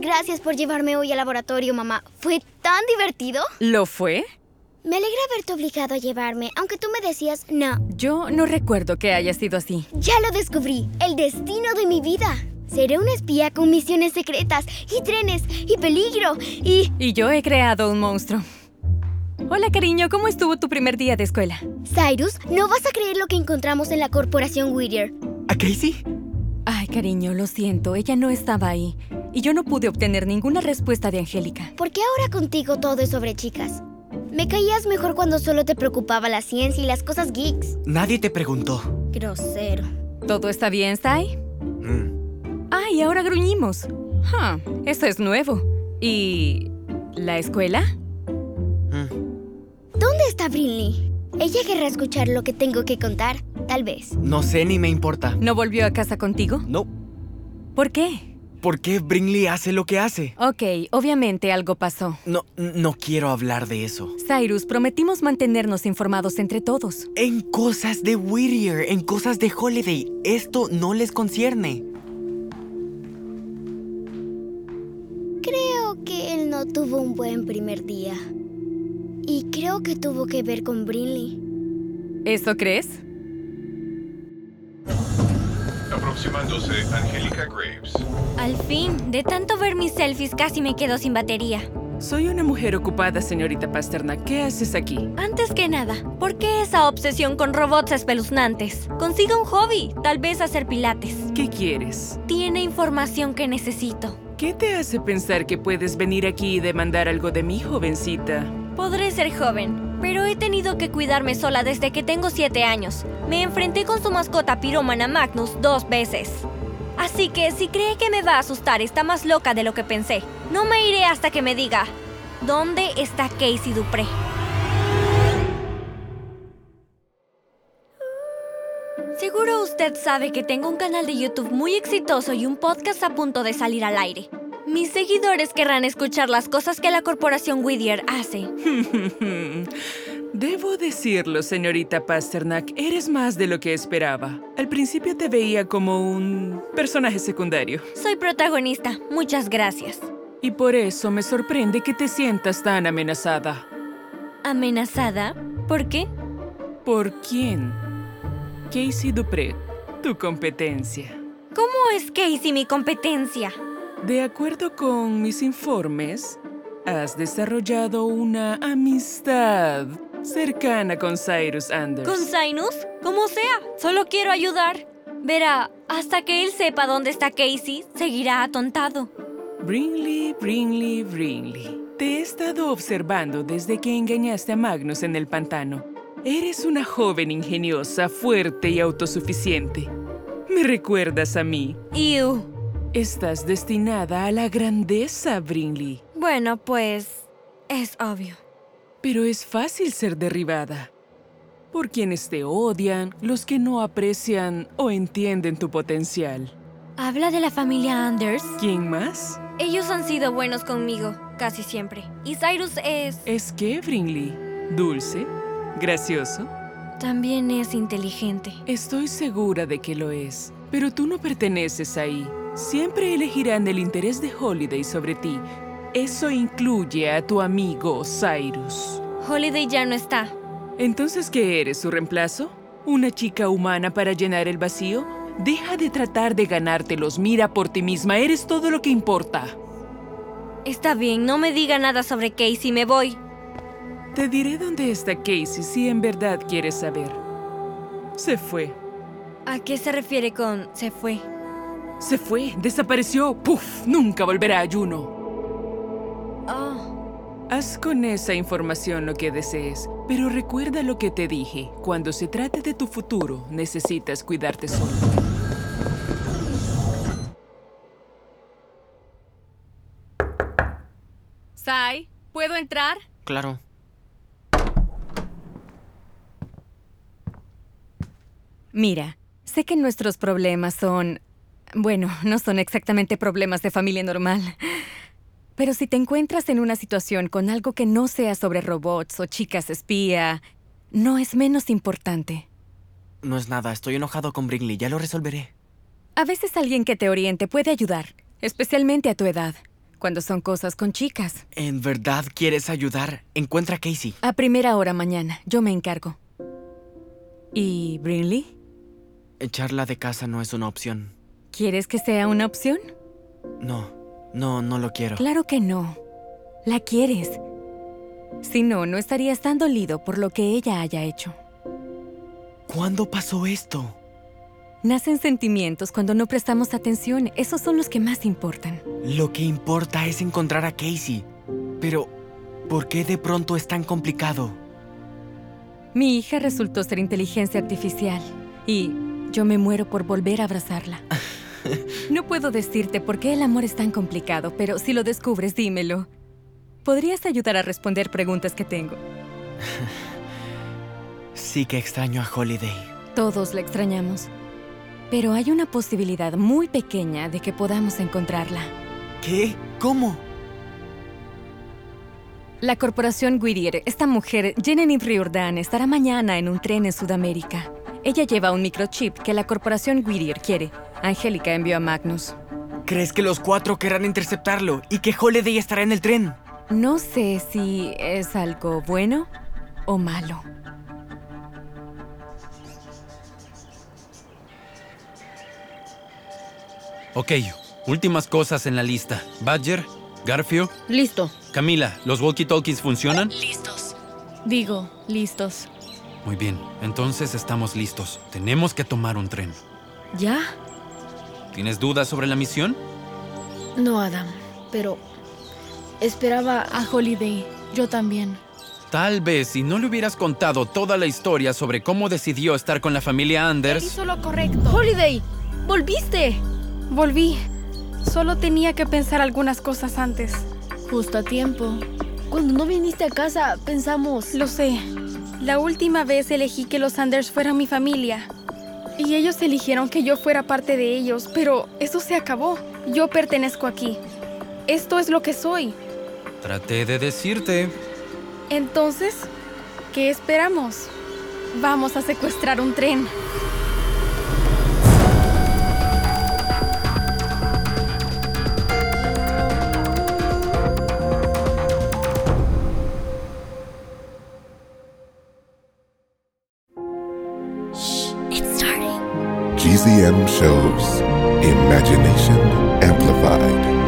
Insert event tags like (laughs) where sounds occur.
Gracias por llevarme hoy al laboratorio, mamá. ¿Fue tan divertido? ¿Lo fue? Me alegra haberte obligado a llevarme, aunque tú me decías no. Yo no recuerdo que haya sido así. Ya lo descubrí, el destino de mi vida. Seré una espía con misiones secretas, y trenes, y peligro, y... Y yo he creado un monstruo. Hola, cariño, ¿cómo estuvo tu primer día de escuela? Cyrus, no vas a creer lo que encontramos en la corporación Whittier. ¿A Casey? Ay, cariño, lo siento, ella no estaba ahí. Y yo no pude obtener ninguna respuesta de Angélica. ¿Por qué ahora contigo todo es sobre chicas? Me caías mejor cuando solo te preocupaba la ciencia y las cosas geeks. Nadie te preguntó. Grosero. ¿Todo está bien, Sai? Mm. Ay, ahora gruñimos. Ah, esto es nuevo. ¿Y la escuela? Mm. ¿Dónde está Brinley? Ella querrá escuchar lo que tengo que contar, tal vez. No sé ni me importa. ¿No volvió a casa contigo? No. ¿Por qué? ¿Por qué Brinley hace lo que hace? Ok, obviamente algo pasó. No, no quiero hablar de eso. Cyrus, prometimos mantenernos informados entre todos. En cosas de Whittier, en cosas de Holiday, esto no les concierne. Creo que él no tuvo un buen primer día. Y creo que tuvo que ver con Brinley. ¿Eso crees? Aproximándose Angélica Graves. Al fin, de tanto ver mis selfies casi me quedo sin batería. Soy una mujer ocupada, señorita Pasternak. ¿Qué haces aquí? Antes que nada, ¿por qué esa obsesión con robots espeluznantes? Consiga un hobby, tal vez hacer pilates. ¿Qué quieres? Tiene información que necesito. ¿Qué te hace pensar que puedes venir aquí y demandar algo de mí, jovencita? (laughs) Podré ser joven, pero he tenido que cuidarme sola desde que tengo 7 años. Me enfrenté con su mascota piromana Magnus dos veces. Así que si cree que me va a asustar, está más loca de lo que pensé. No me iré hasta que me diga, ¿dónde está Casey Dupré? Seguro usted sabe que tengo un canal de YouTube muy exitoso y un podcast a punto de salir al aire. Mis seguidores querrán escuchar las cosas que la corporación Whittier hace. Debo decirlo, señorita Pasternak, eres más de lo que esperaba. Al principio te veía como un personaje secundario. Soy protagonista, muchas gracias. Y por eso me sorprende que te sientas tan amenazada. ¿Amenazada? ¿Por qué? ¿Por quién? Casey Dupré, tu competencia. ¿Cómo es Casey mi competencia? De acuerdo con mis informes, has desarrollado una amistad cercana con Cyrus Anders. ¿Con Sinus? Como sea, solo quiero ayudar. Verá, hasta que él sepa dónde está Casey, seguirá atontado. Brinley, Brinley, Brinley. Te he estado observando desde que engañaste a Magnus en el pantano. Eres una joven ingeniosa, fuerte y autosuficiente. Me recuerdas a mí. Ew. Estás destinada a la grandeza, Brinley. Bueno, pues. es obvio. Pero es fácil ser derribada. Por quienes te odian, los que no aprecian o entienden tu potencial. ¿Habla de la familia Anders? ¿Quién más? Ellos han sido buenos conmigo, casi siempre. Y Cyrus es. ¿Es que Brinley? ¿Dulce? ¿Gracioso? también es inteligente. Estoy segura de que lo es, pero tú no perteneces ahí. Siempre elegirán el interés de Holiday sobre ti. Eso incluye a tu amigo Cyrus. Holiday ya no está. Entonces, ¿qué eres su reemplazo? ¿Una chica humana para llenar el vacío? Deja de tratar de ganártelos, mira por ti misma, eres todo lo que importa. Está bien, no me diga nada sobre Casey, me voy. Te diré dónde está Casey si en verdad quieres saber. Se fue. ¿A qué se refiere con se fue? Se fue, desapareció. ¡Puf! Nunca volverá a Juno. Oh, Haz con esa información lo que desees, pero recuerda lo que te dije. Cuando se trate de tu futuro, necesitas cuidarte solo. Sai, ¿puedo entrar? Claro. Mira, sé que nuestros problemas son... Bueno, no son exactamente problemas de familia normal. Pero si te encuentras en una situación con algo que no sea sobre robots o chicas espía, no es menos importante. No es nada, estoy enojado con Brinley, ya lo resolveré. A veces alguien que te oriente puede ayudar, especialmente a tu edad. cuando son cosas con chicas. ¿En verdad quieres ayudar? Encuentra a Casey. A primera hora mañana, yo me encargo. ¿Y Brinley? Echarla de casa no es una opción. ¿Quieres que sea una opción? No, no, no lo quiero. Claro que no. La quieres. Si no, no estarías tan dolido por lo que ella haya hecho. ¿Cuándo pasó esto? Nacen sentimientos cuando no prestamos atención. Esos son los que más importan. Lo que importa es encontrar a Casey. Pero, ¿por qué de pronto es tan complicado? Mi hija resultó ser inteligencia artificial y yo me muero por volver a abrazarla. No puedo decirte por qué el amor es tan complicado, pero si lo descubres, dímelo. Podrías ayudar a responder preguntas que tengo. Sí que extraño a Holiday. Todos la extrañamos. Pero hay una posibilidad muy pequeña de que podamos encontrarla. ¿Qué? ¿Cómo? La corporación Whittier, esta mujer, Jenny Riordan, estará mañana en un tren en Sudamérica. Ella lleva un microchip que la corporación Whittier quiere. Angélica envió a Magnus. ¿Crees que los cuatro querrán interceptarlo y que Holiday estará en el tren? No sé si es algo bueno o malo. Ok, últimas cosas en la lista. Badger, Garfio, Listo. Camila, ¿los walkie-talkies funcionan? Digo, listos. Muy bien, entonces estamos listos. Tenemos que tomar un tren. ¿Ya? ¿Tienes dudas sobre la misión? No, Adam. Pero esperaba a Holiday. Yo también. Tal vez si no le hubieras contado toda la historia sobre cómo decidió estar con la familia Anders, lo correcto. Holiday, volviste. Volví. Solo tenía que pensar algunas cosas antes. Justo a tiempo. Cuando no viniste a casa, pensamos... Lo sé. La última vez elegí que los Anders fueran mi familia. Y ellos eligieron que yo fuera parte de ellos, pero eso se acabó. Yo pertenezco aquí. Esto es lo que soy. traté de decirte. Entonces, ¿qué esperamos? Vamos a secuestrar un tren. GZM shows Imagination Amplified.